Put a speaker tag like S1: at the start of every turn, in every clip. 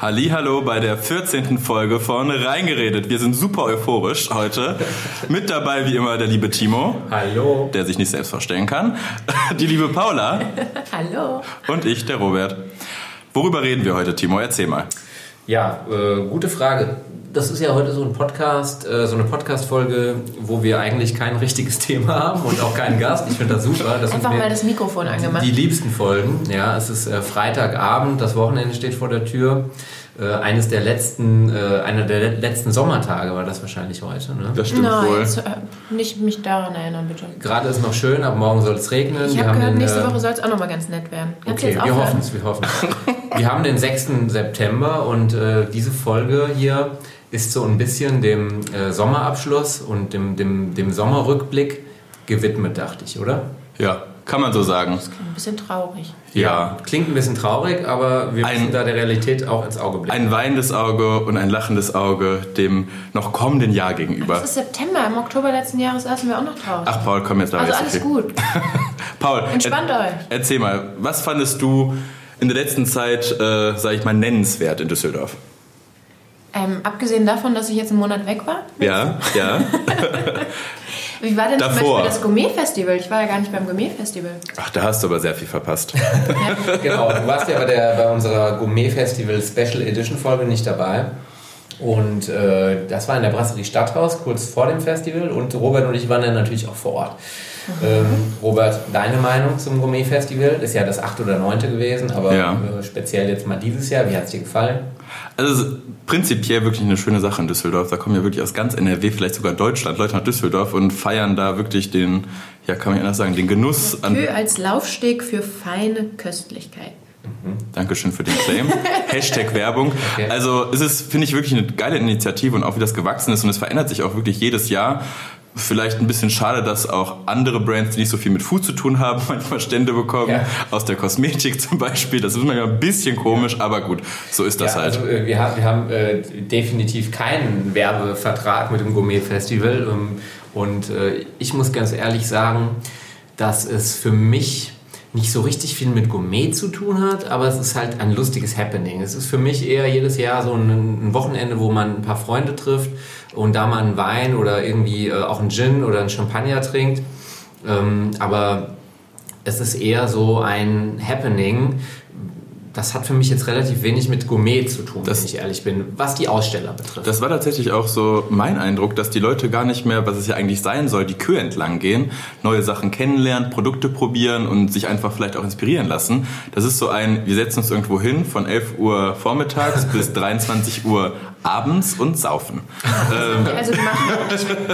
S1: Hallo bei der 14. Folge von Reingeredet. Wir sind super euphorisch heute. Mit dabei wie immer der liebe Timo,
S2: Hallo.
S1: der sich nicht selbst verstellen kann, die liebe Paula
S3: Hallo.
S1: und ich, der Robert. Worüber reden wir heute, Timo? Erzähl mal.
S2: Ja, äh, gute Frage. Das ist ja heute so ein Podcast, äh, so eine Podcast-Folge, wo wir eigentlich kein richtiges Thema haben und auch keinen Gast. Ich finde das super. Das sind
S3: Einfach
S2: mir
S3: mal das Mikrofon
S2: die
S3: angemacht.
S2: liebsten Folgen. Ja, es ist äh, Freitagabend, das Wochenende steht vor der Tür. Äh, eines der letzten, äh, einer der le- letzten Sommertage war das wahrscheinlich heute. Ne?
S1: Das
S3: Nein, jetzt, äh, nicht mich daran erinnern, bitte.
S2: Gerade ist noch schön, ab morgen soll es regnen.
S3: Ich
S2: Wir
S3: habe
S2: haben
S3: gehört,
S2: den,
S3: nächste
S2: äh,
S3: Woche soll es auch nochmal ganz nett werden. Kannst
S2: Okay,
S3: du jetzt
S2: wir
S3: aufhören?
S2: hoffen es, wir hoffen es. Wir haben den 6. September und äh, diese Folge hier ist so ein bisschen dem äh, Sommerabschluss und dem, dem, dem Sommerrückblick gewidmet, dachte ich, oder?
S1: Ja, kann man so sagen.
S3: Ein bisschen traurig.
S1: Ja.
S2: Klingt ein bisschen traurig, aber wir
S1: Ein-
S2: müssen da der Realität auch ins Auge blicken.
S1: Ein weinendes Auge und ein lachendes Auge dem noch kommenden Jahr
S3: Es
S1: gegenüber.
S3: ist September, im Oktober letzten Jahres saßen wir auch noch draußen.
S1: Ach, Paul, komm jetzt da
S3: also
S1: jetzt
S3: alles
S1: okay.
S3: gut.
S1: Paul,
S3: Entspannt
S1: er-
S3: euch.
S1: erzähl mal, was fandest du in der letzten Zeit, äh, sag ich mal, nennenswert in Düsseldorf?
S3: Ähm, abgesehen davon, dass ich jetzt einen Monat weg war.
S1: Ja, ja.
S3: Wie war denn zum
S1: Davor.
S3: Beispiel das Gourmet-Festival? Ich war ja gar nicht beim Gourmet-Festival.
S1: Ach, da hast du aber sehr viel verpasst.
S2: genau, du warst ja bei, der, bei unserer Gourmet-Festival Special Edition Folge nicht dabei. Und äh, das war in der Brasserie Stadthaus, kurz vor dem Festival. Und Robert und ich waren dann natürlich auch vor Ort. Ähm, Robert, deine Meinung zum Gourmet-Festival? Ist ja das 8. oder 9. gewesen, aber
S1: Ja.
S2: äh, speziell jetzt mal dieses Jahr. Wie hat es dir gefallen?
S1: Also es ist prinzipiell wirklich eine schöne Sache in Düsseldorf. Da kommen ja wirklich aus ganz NRW, vielleicht sogar Deutschland, Leute nach Düsseldorf und feiern da wirklich den, ja, kann man anders sagen, den Genuss an.
S3: Kö als Laufsteg für feine Köstlichkeit.
S1: Dankeschön für den Claim. Hashtag Werbung.
S2: Okay.
S1: Also es ist, finde ich, wirklich eine geile Initiative und auch wie das gewachsen ist und es verändert sich auch wirklich jedes Jahr. Vielleicht ein bisschen schade, dass auch andere Brands, die nicht so viel mit Food zu tun haben, manchmal Stände bekommen.
S2: Ja.
S1: Aus der Kosmetik zum Beispiel. Das ist manchmal ein bisschen komisch, aber gut, so ist das
S2: ja,
S1: halt.
S2: Also, äh, wir haben, wir haben äh, definitiv keinen Werbevertrag mit dem Gourmet-Festival. Ähm, und äh, ich muss ganz ehrlich sagen, dass es für mich nicht so richtig viel mit Gourmet zu tun hat, aber es ist halt ein lustiges Happening. Es ist für mich eher jedes Jahr so ein, ein Wochenende, wo man ein paar Freunde trifft und da mal einen Wein oder irgendwie äh, auch einen Gin oder einen Champagner trinkt. Ähm, aber es ist eher so ein Happening. Das hat für mich jetzt relativ wenig mit Gourmet zu tun,
S1: Das-
S2: wenn ich ehrlich bin, was die Aussteller betrifft.
S1: Das war tatsächlich auch so mein Eindruck, dass die Leute gar nicht mehr, was es ja eigentlich sein soll, die Kühe entlang gehen, neue Sachen kennenlernen, Produkte probieren und sich einfach vielleicht auch inspirieren lassen. Das ist so ein, wir setzen uns irgendwo hin von 11 Uhr vormittags bis 23 Uhr abends und saufen.
S3: Also wir machen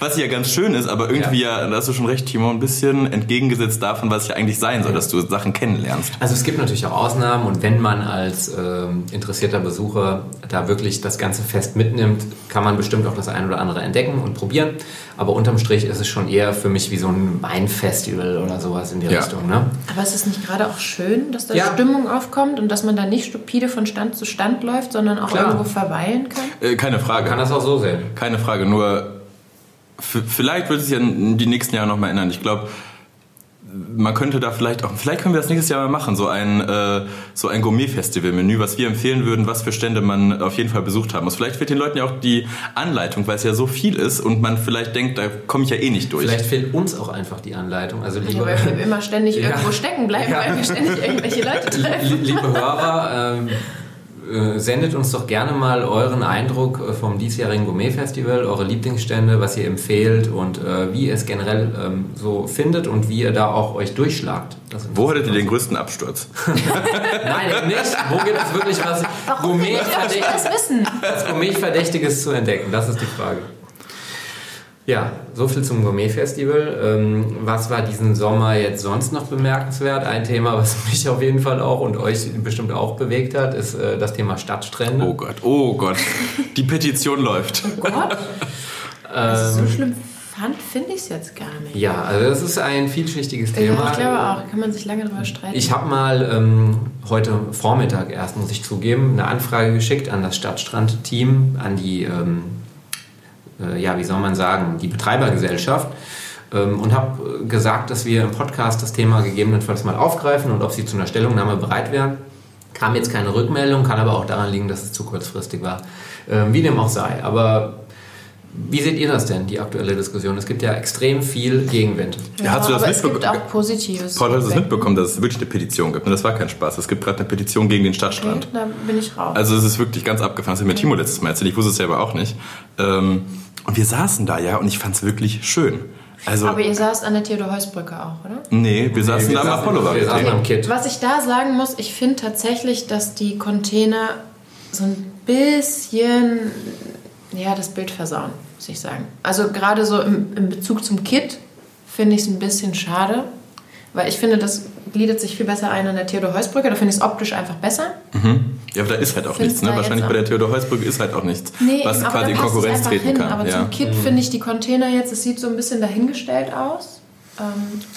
S1: Was ja ganz schön ist, aber irgendwie ja, da hast du schon recht, Timo, ein bisschen entgegengesetzt davon, was es ja eigentlich sein soll, dass du Sachen kennenlernst.
S2: Also es gibt natürlich auch Ausnahmen und wenn man als ähm, interessierter Besucher da wirklich das ganze Fest mitnimmt, kann man bestimmt auch das ein oder andere entdecken und probieren. Aber unterm Strich ist es schon eher für mich wie so ein Weinfestival oder sowas in die
S1: Ja.
S2: Richtung. Ne?
S3: Aber ist es nicht gerade auch schön, dass da
S2: Ja.
S3: Stimmung aufkommt und dass man da nicht stupide von Stand zu Stand läuft, sondern auch
S2: Klar.
S3: irgendwo verweilen kann?
S1: Äh, keine Frage.
S2: Kann das auch so sehen.
S1: Keine Frage, nur f- vielleicht wird sich ja n- die nächsten Jahre nochmal ändern. Ich glaube, man könnte da vielleicht auch, vielleicht können wir das nächstes Jahr mal machen, so ein, äh, so ein Gourmet-Festival-Menü, was wir empfehlen würden, was für Stände man auf jeden Fall besucht haben muss. Vielleicht fehlt den Leuten ja auch die Anleitung, weil es ja so viel ist und man vielleicht denkt, da komme ich ja eh nicht durch.
S2: Vielleicht fehlt uns auch einfach die Anleitung. Also
S3: Ja,
S2: lieber,
S3: weil wir immer ständig
S2: Ja.
S3: irgendwo stecken bleiben,
S2: Ja.
S3: weil wir ständig irgendwelche Leute treffen.
S2: Lie- Liebe Hörer, ähm, äh, sendet uns doch gerne mal euren Eindruck äh, vom diesjährigen Gourmet-Festival, eure Lieblingsstände, was ihr empfehlt und äh, wie ihr es generell ähm, so findet und wie ihr da auch euch durchschlagt. Das
S1: Wo hattet ihr den größten Absturz?
S2: Nein, eben nicht. Wo gibt es wirklich was Gourmet-Verdächtiges,
S3: Das wissen.
S2: was Gourmet-Verdächtiges zu entdecken? Das ist die Frage. Ja, so viel zum Gourmet-Festival. Ähm, was war diesen Sommer jetzt sonst noch bemerkenswert? Ein Thema, was mich auf jeden Fall auch und euch bestimmt auch bewegt hat, ist äh, das Thema Stadtstrände.
S1: Oh Gott, oh Gott. Die Petition läuft.
S3: Oh Gott, das
S1: Ähm.
S3: ist so schlimm fand, finde ich es jetzt gar nicht.
S2: Ja, also das ist ein vielschichtiges Thema.
S3: Ja, ich glaube auch, kann man sich lange drüber streiten.
S2: Ich habe mal ähm, heute Vormittag erst, muss ich zugeben, eine Anfrage geschickt an das Stadtstrand-Team, an die, ähm, äh, ja, wie soll man sagen, die Betreibergesellschaft ähm, und habe gesagt, dass wir im Podcast das Thema gegebenenfalls mal aufgreifen und ob sie zu einer Stellungnahme bereit wären. Kam jetzt keine Rückmeldung, kann aber auch daran liegen, dass es zu kurzfristig war. Ähm, wie dem auch sei. Aber wie seht ihr das denn, die aktuelle Diskussion? Es gibt ja extrem viel Gegenwind.
S1: Ja, hast du das
S3: aber es gibt
S1: mitbekommen?
S3: auch Positives.
S1: Paul, hast du das
S3: Feedback.
S1: mitbekommen, dass es wirklich eine Petition gibt? Und das war kein Spaß. Es gibt gerade eine Petition gegen den Stadtstrand.
S3: Okay, da bin ich raus.
S1: Also es ist wirklich ganz abgefahren. Das hat mir Timo letztes Mal erzählt. Ich wusste es selber auch nicht. Ähm, und wir saßen da, ja, und ich fand es wirklich schön. Also,
S3: aber ihr saßt an der Theodor-Heuss-Brücke auch, oder?
S1: nee, wir saßen
S2: wir
S1: da am
S2: saßen-
S1: apollo Mhm.
S2: wir saßen- am Kit.
S3: Was ich da sagen muss, ich finde tatsächlich, dass die Container so ein bisschen ja, das Bild versauen, muss ich sagen. Also gerade so im, im Bezug zum Kit finde ich es ein bisschen schade, weil ich finde, das gliedert sich viel besser ein an der Theodor-Heuss-Brücke. Da finde ich es optisch einfach besser.
S1: Ja, aber da ist halt auch nichts,
S3: Find's
S1: ne?
S3: da jetzt
S1: Wahrscheinlich
S3: auch.
S1: bei der Theodor-Heuss-Brücke ist halt auch nichts, was
S3: eben, aber
S1: quasi
S3: da
S1: in
S3: passt es
S1: Konkurrenz
S3: einfach
S1: treten
S3: hin.
S1: kann.
S3: Aber
S1: ja.
S3: zum Kit finde ich die Container jetzt, es sieht so ein bisschen dahingestellt aus. Ähm,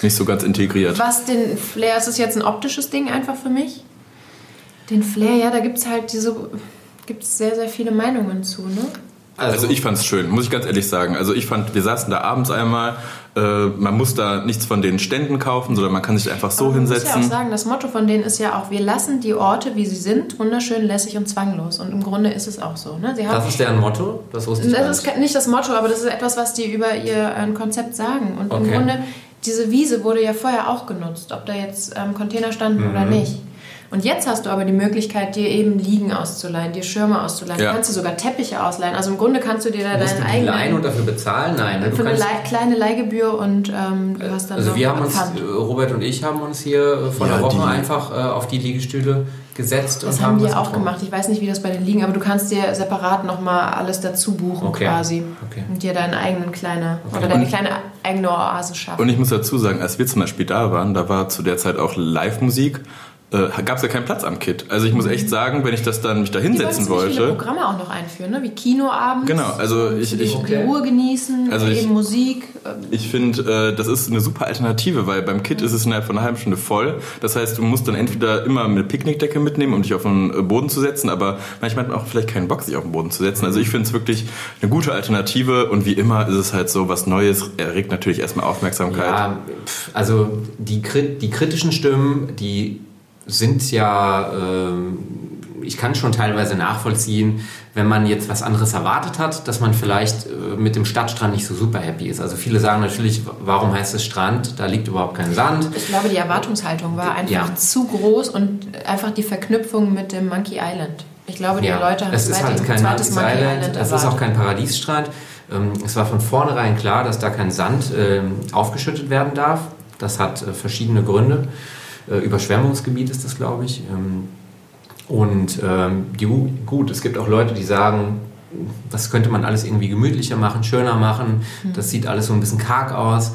S1: Nicht so ganz integriert.
S3: Was den Flair, es ist jetzt ein optisches Ding einfach für mich. Den Flair, ja, da gibt es halt diese, gibt es sehr, sehr viele Meinungen zu, ne?
S1: Also ich fand's schön, muss ich ganz ehrlich sagen. Also ich fand, wir saßen da abends einmal, äh, man muss da nichts von den Ständen kaufen, sondern man kann sich einfach so
S3: Aber man Muss ja
S1: hinsetzen.
S3: auch sagen, das Motto von denen ist ja auch, wir lassen die Orte, wie sie sind, wunderschön, lässig und zwanglos. Und im Grunde ist es auch so, ne? Sie haben,
S2: das ist deren Motto? Das wusste ich
S3: das,
S2: gar
S3: ist
S2: nicht.
S3: ke- Also nicht das Motto, aber das ist etwas, was die über ihr äh, Konzept sagen. Und
S2: Okay.
S3: im Grunde, diese Wiese wurde ja vorher auch genutzt, ob da jetzt ähm, Container standen oder
S2: Mhm.
S3: nicht. Und jetzt hast du aber die Möglichkeit, dir eben Liegen auszuleihen, dir Schirme auszuleihen.
S1: Ja.
S3: Kannst du sogar Teppiche ausleihen. Also im Grunde kannst du dir da
S2: Musst du
S3: deinen
S2: die leihen
S3: eigenen...
S2: und dafür bezahlen? Nein. ne? Du
S3: Für eine
S2: kannst-
S3: Leih, kleine Leihgebühr und ähm, du hast dann
S2: Also
S3: noch
S2: wir haben uns,
S3: Pfand.
S2: äh, Robert und ich haben uns hier äh, vor
S1: Ja,
S2: einer Woche
S1: die-
S2: einfach äh, auf die Liegestühle gesetzt
S3: Das
S2: und
S3: haben
S2: was
S3: wir auch
S2: getrunken.
S3: gemacht. Ich weiß nicht, wie das bei den Liegen, aber du kannst dir separat nochmal alles dazu buchen
S2: Okay.
S3: quasi.
S2: Okay.
S3: Und dir deinen eigenen kleine
S2: Okay.
S3: oder deine kleine eigene Oase schaffen.
S1: Und ich muss dazu sagen, als wir zum Beispiel da waren, da war zu der Zeit auch Live-Musik, äh, gab es ja keinen Platz am Kit. Also ich muss echt sagen, wenn ich das dann mich da
S3: Die wollten
S1: hinsetzen
S3: ziemlich viele
S1: wollte.
S3: Programme auch noch einführen, ne? wie Kinoabends.
S1: Genau, also ich, ich,
S3: Die Ruhe genießen,
S1: Also ich-
S3: eben Musik. ähm,
S1: Ich finde, äh, das ist eine super Alternative, weil beim Kit ist es innerhalb von einer halben Stunde voll. Das heißt, du musst dann entweder immer eine Picknickdecke mitnehmen, um dich auf den äh, Boden zu setzen, aber manchmal hat man auch vielleicht keinen Bock, sich auf den Boden zu setzen. Also ich finde es wirklich eine gute Alternative und wie immer ist es halt so, was Neues erregt natürlich erstmal Aufmerksamkeit.
S2: Ja, pf, also die, Kri- die kritischen Stimmen, die sind ja, ähm, ich kann schon teilweise nachvollziehen, wenn man jetzt was anderes erwartet hat, dass man vielleicht äh, mit dem Stadtstrand nicht so super happy ist. Also viele sagen natürlich, w- warum heißt es Strand? Da liegt überhaupt kein Sand.
S3: Ich glaube, die Erwartungshaltung war einfach
S2: Ja.
S3: zu groß und einfach die Verknüpfung mit dem Monkey Island. Ich glaube, die Leute haben
S2: es ist
S3: zweite-
S2: halt kein
S3: zweites
S2: Monkey
S3: Monkey Island,
S2: Island, es ist
S3: erwartet.
S2: auch kein Paradiesstrand. Ähm, Es war von vornherein klar, dass da kein Sand ähm, aufgeschüttet werden darf. Das hat äh, verschiedene Gründe. Äh, Überschwemmungsgebiet ist das, glaube ich. Ähm, Und ähm, die, gut, es gibt auch Leute, die sagen, das könnte man alles irgendwie gemütlicher machen, schöner machen.
S3: Mhm.
S2: Das sieht alles so ein bisschen karg aus.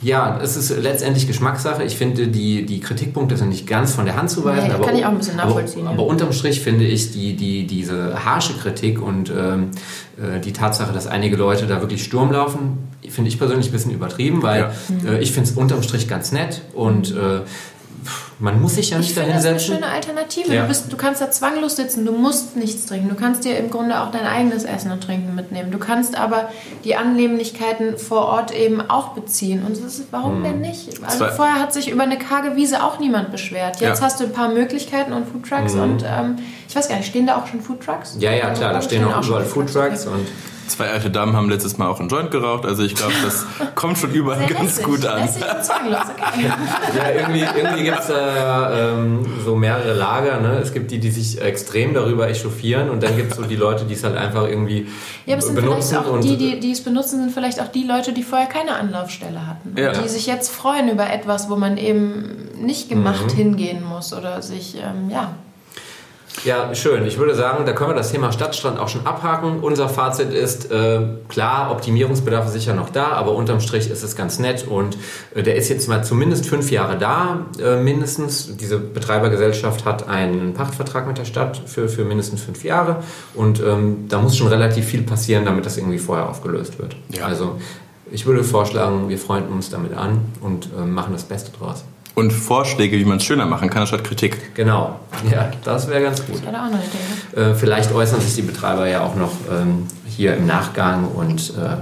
S2: Ja, es ist letztendlich Geschmackssache. Ich finde, die, die Kritikpunkte sind nicht ganz von der Hand zu weisen.
S3: Nee,
S2: aber,
S3: kann ich auch ein bisschen nachvollziehen,
S2: Aber,
S3: ja.
S2: aber unterm Strich finde ich die, die, diese harsche Kritik und ähm, äh, die Tatsache, dass einige Leute da wirklich Sturm laufen, finde ich persönlich ein bisschen übertrieben, weil
S3: Mhm.
S2: äh, ich finde es unterm Strich ganz nett und äh, pff, man muss sich ja
S3: Ich
S2: nicht
S3: finde, das ist eine
S2: dahinsetzen.
S3: schöne Alternative.
S2: Ja.
S3: Du, bist, du kannst da zwanglos sitzen, du musst nichts trinken. Du kannst dir im Grunde auch dein eigenes Essen und Trinken mitnehmen. Du kannst aber die Annehmlichkeiten vor Ort eben auch beziehen. Und das ist,
S2: Hm.
S3: warum denn nicht? Also
S1: Zwei-
S3: vorher hat sich über eine karge Wiese auch niemand beschwert. Jetzt
S1: Ja.
S3: hast du ein paar Möglichkeiten und Foodtrucks und ähm, ich weiß gar nicht, stehen da auch schon
S2: Mhm.
S3: Foodtrucks? Also,
S2: Ja, ja, klar, da stehen auch
S3: schon
S2: überall Foodtrucks
S3: okay.
S2: und
S1: Zwei alte Damen haben letztes Mal auch einen Joint geraucht, also ich glaube, das kommt schon überall
S3: Sehr
S1: ganz
S3: lässig,
S1: gut an.
S3: lässig und zwanglos, okay.
S2: Ja, irgendwie, irgendwie gibt es da ähm, so mehrere Lager. Ne? Es gibt die, die sich extrem darüber echauffieren und dann gibt es so die Leute, die es halt einfach irgendwie
S3: Ja, aber es sind
S2: benutzen.
S3: vielleicht auch
S2: und
S3: die, die, die es benutzen, sind vielleicht auch die Leute, die vorher keine Anlaufstelle hatten.
S1: Ja.
S3: Die sich jetzt freuen über etwas, wo man eben nicht gemacht
S1: Mhm.
S3: hingehen muss oder sich, ähm, ja.
S2: Ja, schön. Ich würde sagen, da können wir das Thema Stadtstrand auch schon abhaken. Unser Fazit ist, äh, klar, Optimierungsbedarf ist sicher noch da, aber unterm Strich ist es ganz nett und äh, der ist jetzt mal zumindest fünf Jahre da, äh, mindestens. Diese Betreibergesellschaft hat einen Pachtvertrag mit der Stadt für, für mindestens fünf Jahre und ähm, da muss schon relativ viel passieren, damit das irgendwie vorher aufgelöst wird.
S1: Ja.
S2: Also ich würde vorschlagen, wir freunden uns damit an und äh, machen das Beste draus.
S1: Und Vorschläge, wie man es schöner machen kann, anstatt Kritik.
S2: Genau, ja, das wäre ganz gut.
S3: Das wäre auch eine Idee. ne?
S2: Äh, vielleicht äußern sich die Betreiber ja auch noch ähm, hier im Nachgang und äh,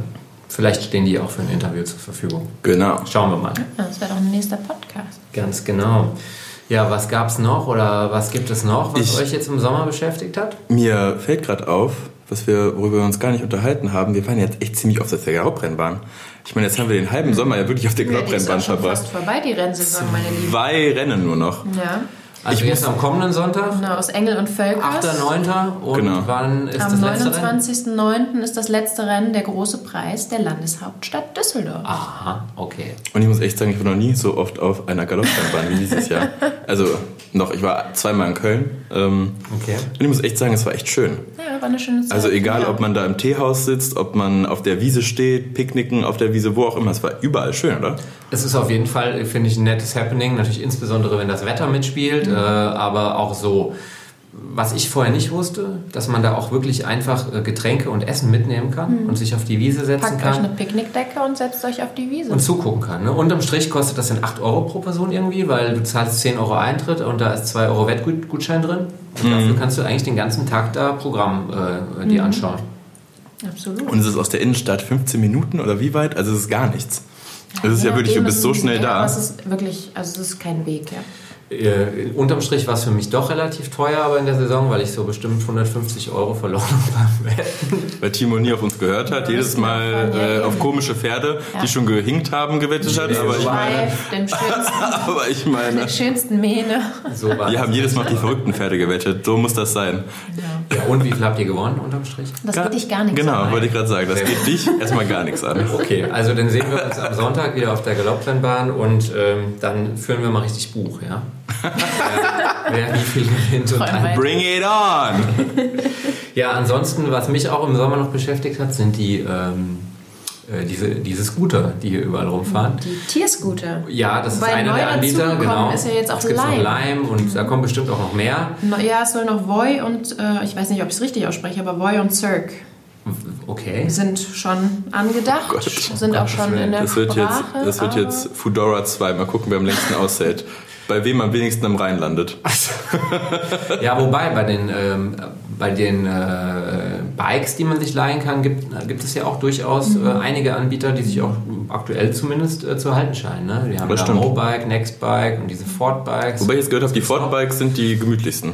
S2: vielleicht stehen die auch für ein Interview zur Verfügung.
S1: Genau.
S3: "Ah,
S2: Schauen wir mal.
S3: Ja, das wäre doch ein nächster Podcast.
S2: Ganz genau. Ja, was gab's noch oder was gibt es noch, was
S1: Ich-
S2: euch jetzt im Sommer beschäftigt hat?
S1: Mir fällt gerade auf, was wir, worüber wir uns gar nicht unterhalten haben, wir waren jetzt echt ziemlich oft auf der Galopprennbahn. Ich meine, jetzt haben wir den halben Sommer ja wirklich auf der
S3: Ja, die ist auch
S1: Galopprennbahn
S3: schon fast
S1: verbracht.
S3: vorbei, die Rennsaison, meine Lieben.
S1: Zwei Rennen nur noch.
S3: Ja,
S2: Also
S1: Ich
S2: jetzt am kommenden Sonntag,
S3: genau, aus Engel und Völkers.
S2: 8.9. und
S1: Genau.
S2: wann ist das
S3: Am
S2: letzte Rennen?
S3: 29.09. ist das letzte Rennen, der große Preis der Landeshauptstadt Düsseldorf.
S2: Aha, okay.
S1: Und ich muss echt sagen, ich war noch nie so oft auf einer Galopprennbahn wie dieses Jahr. Also noch, ich war zweimal in Köln. Ähm,
S2: Okay.
S1: und ich muss echt sagen, es war echt schön.
S3: Ja, war eine schöne Zeit.
S1: Also egal,
S3: ja.
S1: ob man da im Teehaus sitzt, ob man auf der Wiese steht, picknicken auf der Wiese, wo auch immer. Es war überall schön, oder?
S2: Es ist auf jeden Fall, äh, finde ich, ein nettes Happening, natürlich insbesondere, wenn das Wetter mitspielt,
S3: Mhm.
S2: äh, aber auch so. Was ich vorher nicht wusste, dass man da auch wirklich einfach äh, Getränke und Essen mitnehmen kann und sich auf die Wiese setzen
S3: Mhm. Packt euch
S2: kann.
S3: eine Picknickdecke und setzt euch auf die Wiese.
S2: und zugucken kann. Ne? Unterm Strich kostet das dann 8 Euro pro Person irgendwie, weil du zahlst 10 Euro Eintritt und da ist 2 Euro Wettgutschein drin. Und dafür kannst du eigentlich den ganzen Tag da Programm äh,
S3: Mhm.
S2: dir anschauen.
S3: Absolut.
S1: Und es ist aus der Innenstadt 15 Minuten oder wie weit? Also es ist gar nichts. Es ist ja wirklich, du bist so schnell
S3: Ja, aber
S1: da.
S3: es ist wirklich, also es ist kein Weg, ja.
S2: Äh, unterm Strich war es für mich doch relativ teuer, aber in der Saison, weil ich so bestimmt 150 Euro verloren habe.
S1: Weil Timo nie auf uns gehört hat,
S3: Ja,
S1: jedes
S3: das kann
S1: Mal
S3: man ja
S1: äh, auf
S3: eben.
S1: komische Pferde,
S3: Ja.
S1: die schon gehinkt haben, gewettet hat. Aber ich meine,
S3: Schweif, dem schönsten,
S1: aber ich meine,
S3: der schönsten Mähne.
S2: So war
S1: wir
S2: es.
S1: haben jedes Mal auf die verrückten Pferde gewettet. So muss das sein.
S2: ja, und wie viel habt ihr gewonnen unterm Strich?
S3: Genau. Das geht dich gar nichts
S1: Genau,
S3: an.
S1: wollte ich gerade sagen. Das
S2: Sehr
S1: geht dich erstmal gar nichts an.
S2: Okay, also dann sehen wir uns am Sonntag wieder auf der Galopprennbahn und ähm, dann führen wir mal richtig Buch, ja? wer, wer wie viel gewinnt und
S3: Träum
S2: an
S3: weiter.
S1: Bring it on!
S2: Ja, ansonsten, was mich auch im Sommer noch beschäftigt hat, sind die, ähm, äh, diese, diese Scooter, die hier überall rumfahren.
S3: Die Tierscooter.
S2: Ja, das
S3: Wobei
S2: ist einer
S3: neu
S2: der Anbieter,
S3: dazugekommen
S2: genau.
S3: ist ja jetzt auch
S2: es gibt noch
S3: Lime.
S2: Lime und da kommen bestimmt auch noch mehr.
S3: No- Ja, es soll noch Voy und, äh, ich weiß nicht, ob ich es richtig ausspreche, aber Voy und Cirque
S2: Okay.
S3: sind schon angedacht,
S1: Gott. um
S3: sind
S2: Oh
S3: auch
S2: Gott,
S3: schon in der
S1: Das wird jetzt,
S3: Sprache.
S1: das wird
S3: aber-
S1: jetzt Foodora 2. Mal gucken, wer am längsten aushält. Bei wem am wenigsten am Rhein landet.
S2: Ja, wobei bei den, ähm, bei den äh, Bikes, die man sich leihen kann, gibt, gibt es ja auch durchaus
S3: Mhm.
S2: äh, einige Anbieter, die sich auch aktuell zumindest äh, zu halten scheinen. Ne? Wir haben
S1: Das
S2: da
S1: stimmt.
S2: Mobike, Nextbike und diese Ford-Bikes.
S1: Wobei ich jetzt gehört habe, die Fortbikes sind die gemütlichsten.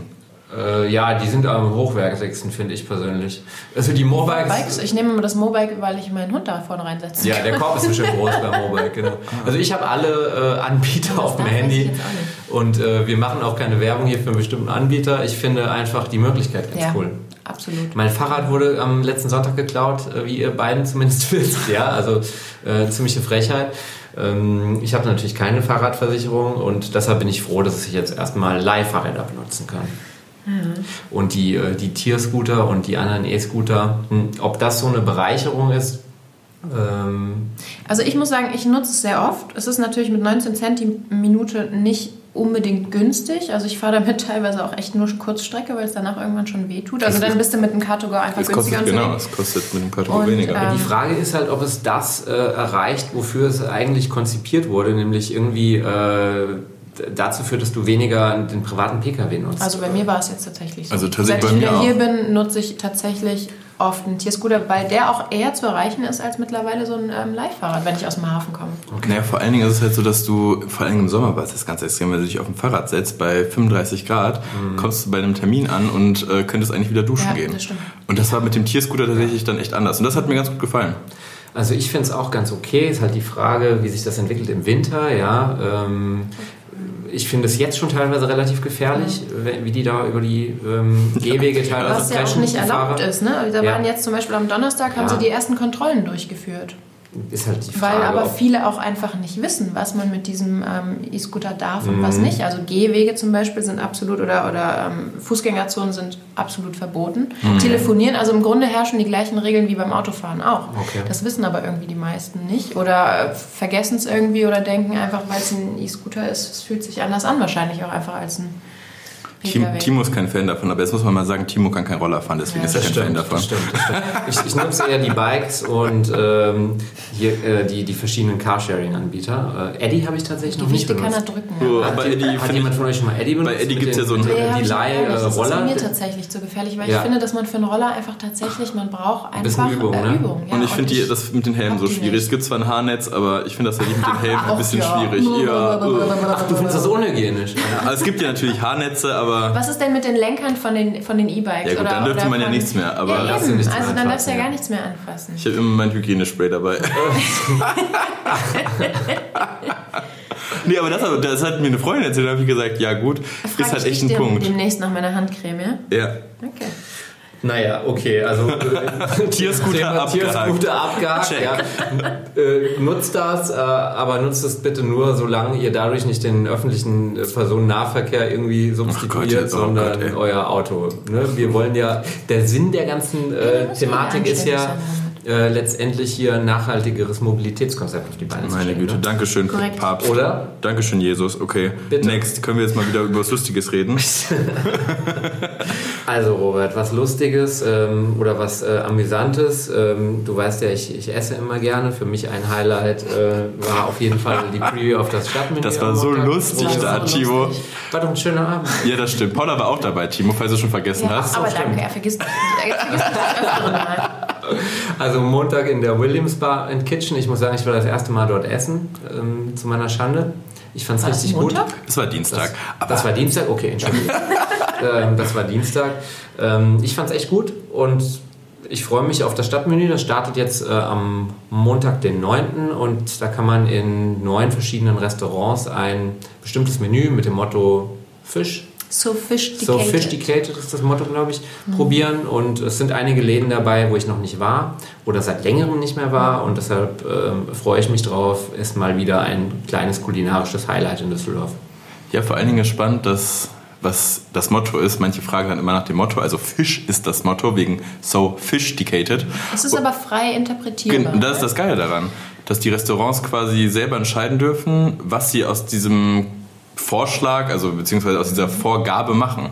S2: Äh, ja, die sind am hochwertigsten, finde ich persönlich. Also die
S3: Bikes,
S2: Mobikes.
S3: ich nehme immer das Mobike, weil ich meinen Hund da vorne reinsetze.
S2: Ja, der Korb ist ein bisschen groß bei Mobike, genau.
S1: Ah.
S2: Also ich habe alle äh, Anbieter auf dem
S3: darf ich
S2: Handy
S3: jetzt
S2: und äh, wir machen auch keine Werbung hier für einen bestimmten Anbieter. Ich finde einfach die Möglichkeit ganz
S3: Ja,
S2: cool.
S3: absolut.
S2: Mein Fahrrad wurde am letzten Sonntag geklaut, äh, wie ihr beiden zumindest wisst. Ja, also äh, ziemliche Frechheit. Ähm, ich habe natürlich keine Fahrradversicherung und deshalb bin ich froh, dass ich jetzt erstmal Leihfahrräder benutzen kann. Und die, äh, die Tierscooter und die anderen E-Scooter, hm, ob das so eine Bereicherung ist, ähm,
S3: Also ich muss sagen, ich nutze es sehr oft. Es ist natürlich mit 19 Cent die Minute nicht unbedingt günstig. Also ich fahre damit teilweise auch echt nur Kurzstrecke, weil es danach irgendwann schon weh tut. Also
S1: Es
S3: dann
S1: ist-
S3: bist du mit dem Car to go einfach
S1: Es
S3: günstiger
S1: kostet, genau,
S3: unterwegs.
S1: es kostet mit dem Karton
S3: Und,
S1: weniger.
S3: ähm,
S2: die Frage ist halt, ob es das äh, erreicht, wofür es eigentlich konzipiert wurde, nämlich irgendwie äh, d- dazu führt, dass du weniger den privaten Pkw nutzt.
S3: Also bei mir war es jetzt tatsächlich so.
S1: Also tatsächlich
S3: Seit ich
S1: bei
S3: wieder
S1: mir
S3: hier
S1: auch.
S3: bin, nutze ich tatsächlich oft einen Tierscooter, weil der auch eher zu erreichen ist als mittlerweile so ein ähm, Leihfahrrad, wenn ich aus dem Hafen komme.
S1: Naja, vor allen Dingen ist es halt so, dass du, vor allen Dingen im Sommer war es das ganz extrem, wenn du dich auf dem Fahrrad setzt, bei 35 Grad, kommst du bei einem Termin an und äh, könntest eigentlich wieder duschen
S3: Mhm. Ja,
S1: gehen.
S3: das stimmt.
S1: Und das war mit dem Tierscooter tatsächlich dann echt anders. Und das hat mir ganz gut gefallen.
S2: Also ich finde es auch ganz okay. Ist halt die Frage, wie sich das entwickelt im Winter. Ja, ähm, ich finde es jetzt schon teilweise relativ gefährlich, we- wie die da über die ähm, Gehwege teilweise
S3: Mhm. Was ja auch
S2: preschen,
S3: nicht
S2: die
S3: erlaubt
S2: Fahrer.
S3: ist. Ne? Da
S2: Ja.
S3: waren jetzt zum Beispiel am Donnerstag, haben
S2: Ja.
S3: sie die ersten Kontrollen durchgeführt.
S2: Ist halt die Frage.
S3: Weil aber
S2: ob-
S3: viele auch einfach nicht wissen, was man mit diesem ähm, E-Scooter darf und
S2: Mhm.
S3: was nicht. Also Gehwege zum Beispiel sind absolut oder, oder ähm, Fußgängerzonen sind absolut verboten.
S2: Mhm.
S3: Telefonieren, also im Grunde herrschen die gleichen Regeln wie beim Autofahren auch.
S2: Okay.
S3: Das wissen aber irgendwie die meisten nicht oder äh, vergessen es irgendwie oder denken einfach, weil es ein E-Scooter ist, es fühlt sich anders an wahrscheinlich auch einfach als ein
S1: Tim, Timo ist kein Fan davon, aber jetzt muss man mal sagen, Timo kann kein Roller fahren, deswegen
S3: Ja,
S1: ist er kein
S2: stimmt,
S1: Fan davon.
S2: Das stimmt, das stimmt. Ich, ich nutze eher die Bikes und ähm, hier, äh, die, die verschiedenen Carsharing-Anbieter. Äh, Eddie habe ich tatsächlich noch
S3: Die
S2: nicht
S3: Wichte kann
S2: benutzt.
S3: er drücken.
S1: Ja.
S3: Ja.
S2: Hat,
S1: Aber
S2: die-
S1: Eddie
S2: hat
S1: find
S2: jemand
S1: ich-
S2: von euch schon mal Eddie benutzt?
S1: Eddie
S2: Mit
S1: gibt's
S2: den-
S1: ja so einen-
S2: mit
S3: Nee,
S2: den
S3: Äh, hab ich noch gar nicht. Das ist
S2: Leih-Roller.
S3: mir tatsächlich zu gefährlich, weil
S2: äh, Ja.
S3: ich finde, dass man für einen Roller einfach tatsächlich, man braucht
S2: bisschen
S3: einfach
S2: Übung,
S3: äh,
S2: ne?
S3: Übung ja.
S1: und ich finde das mit den Helmen so
S3: hab die
S1: schwierig.
S3: nicht.
S1: Es gibt zwar ein Haarnetz, aber ich finde das halt mit den Helmen ein
S3: Ach,
S1: bisschen
S3: ja.
S1: schwierig. Ja, äh.
S2: Ach, du findest das unhygienisch.
S1: Aber es gibt ja natürlich Haarnetze, aber
S3: Was ist denn mit den Lenkern von den von den E-Bikes?
S1: Ja, gut,
S3: oder,
S1: dann dürfte
S3: oder
S1: man ja
S3: von-
S1: nichts mehr, aber-
S3: ja,
S2: Darfst du
S3: eben.
S2: nichts mehr
S3: also dann darfst du
S2: anfassen,
S3: ja gar nichts mehr anfassen.
S1: ich habe immer mein Hygienespray dabei. nee, aber das, das hat mir eine Freundin erzählt, da habe ich gesagt, ja gut,
S3: Frag
S1: ist halt
S3: ich
S1: echt
S3: dich
S1: ein
S3: dem-
S1: Punkt.
S3: demnächst nach meiner Handcreme, ja?
S1: Ja.
S3: Okay.
S2: Naja, okay, also äh,
S1: Tierscooter
S2: Thema Tierscooter abgehakt.
S1: Check.
S2: Ja. Äh, nutzt das, äh, aber nutzt es bitte nur, solange ihr dadurch nicht den öffentlichen äh, Personennahverkehr irgendwie
S1: Gott,
S2: substituiert,
S1: jetzt, oh
S2: sondern
S1: Gott, ey.
S2: euer Auto. Ne? Wir wollen ja, der Sinn der ganzen
S3: Ja,
S2: äh,
S3: muss
S2: Thematik
S3: man
S2: ist ja
S3: anständig
S2: äh, letztendlich hier ein nachhaltigeres Mobilitätskonzept auf die Beine zu
S1: Meine
S2: stellen. ne?
S1: Güte, Dankeschön,
S3: Korrekt.
S1: Papst.
S2: Oder?
S1: Dankeschön, Jesus. Okay,
S2: Bitte.
S1: next. Können wir jetzt mal wieder über was Lustiges reden?
S2: Also Robert, was Lustiges ähm, oder was äh, Amüsantes. Ähm, du weißt ja, ich, ich esse immer gerne. Für mich ein Highlight äh, war auf jeden Fall die Preview auf das Stadtmenü.
S1: Das war
S2: am
S1: so
S2: Montag.
S1: lustig da,
S2: Oh, das war so
S1: Timo.
S2: lustig. War doch ein schöner Abend.
S1: Ja, das stimmt. Paula war auch dabei, Timo, falls du schon vergessen
S3: Ja,
S1: hast.
S3: aber
S2: stimmt.
S3: danke, er vergisst, er vergisst das öfteren Mal.
S2: Also Montag in der Williams Bar and Kitchen. Ich muss sagen, ich war das erste Mal dort essen, ähm, zu meiner Schande. Ich fand's
S3: War das
S2: richtig
S3: Montag?
S2: gut.
S1: Es war Dienstag. aber
S2: Das war Dienstag? Okay, Entschuldigung. ähm, das war Dienstag. Ähm, ich fand es echt gut und ich freue mich auf das Stadtmenü. Das startet jetzt äh, am Montag, den 9. Und da kann man in neun verschiedenen Restaurants ein bestimmtes Menü mit dem Motto Fisch
S3: So fish
S2: so Fish
S3: die
S2: Declated ist das Motto, glaube ich, probieren. Und es sind einige Läden dabei, wo ich noch nicht war oder seit längerem nicht mehr war. Und deshalb ähm, freue ich mich drauf. Ist mal wieder ein kleines kulinarisches Highlight in Düsseldorf.
S1: ja, vor allen Dingen ist spannend, dass was das Motto ist. Manche fragen dann immer nach dem Motto. Also Fisch ist das Motto, wegen so fish-decated.
S3: Es ist aber frei interpretierbar.
S1: Und das ist das Geile daran, dass die Restaurants quasi selber entscheiden dürfen, was sie aus diesem Vorschlag, also beziehungsweise aus dieser Vorgabe machen.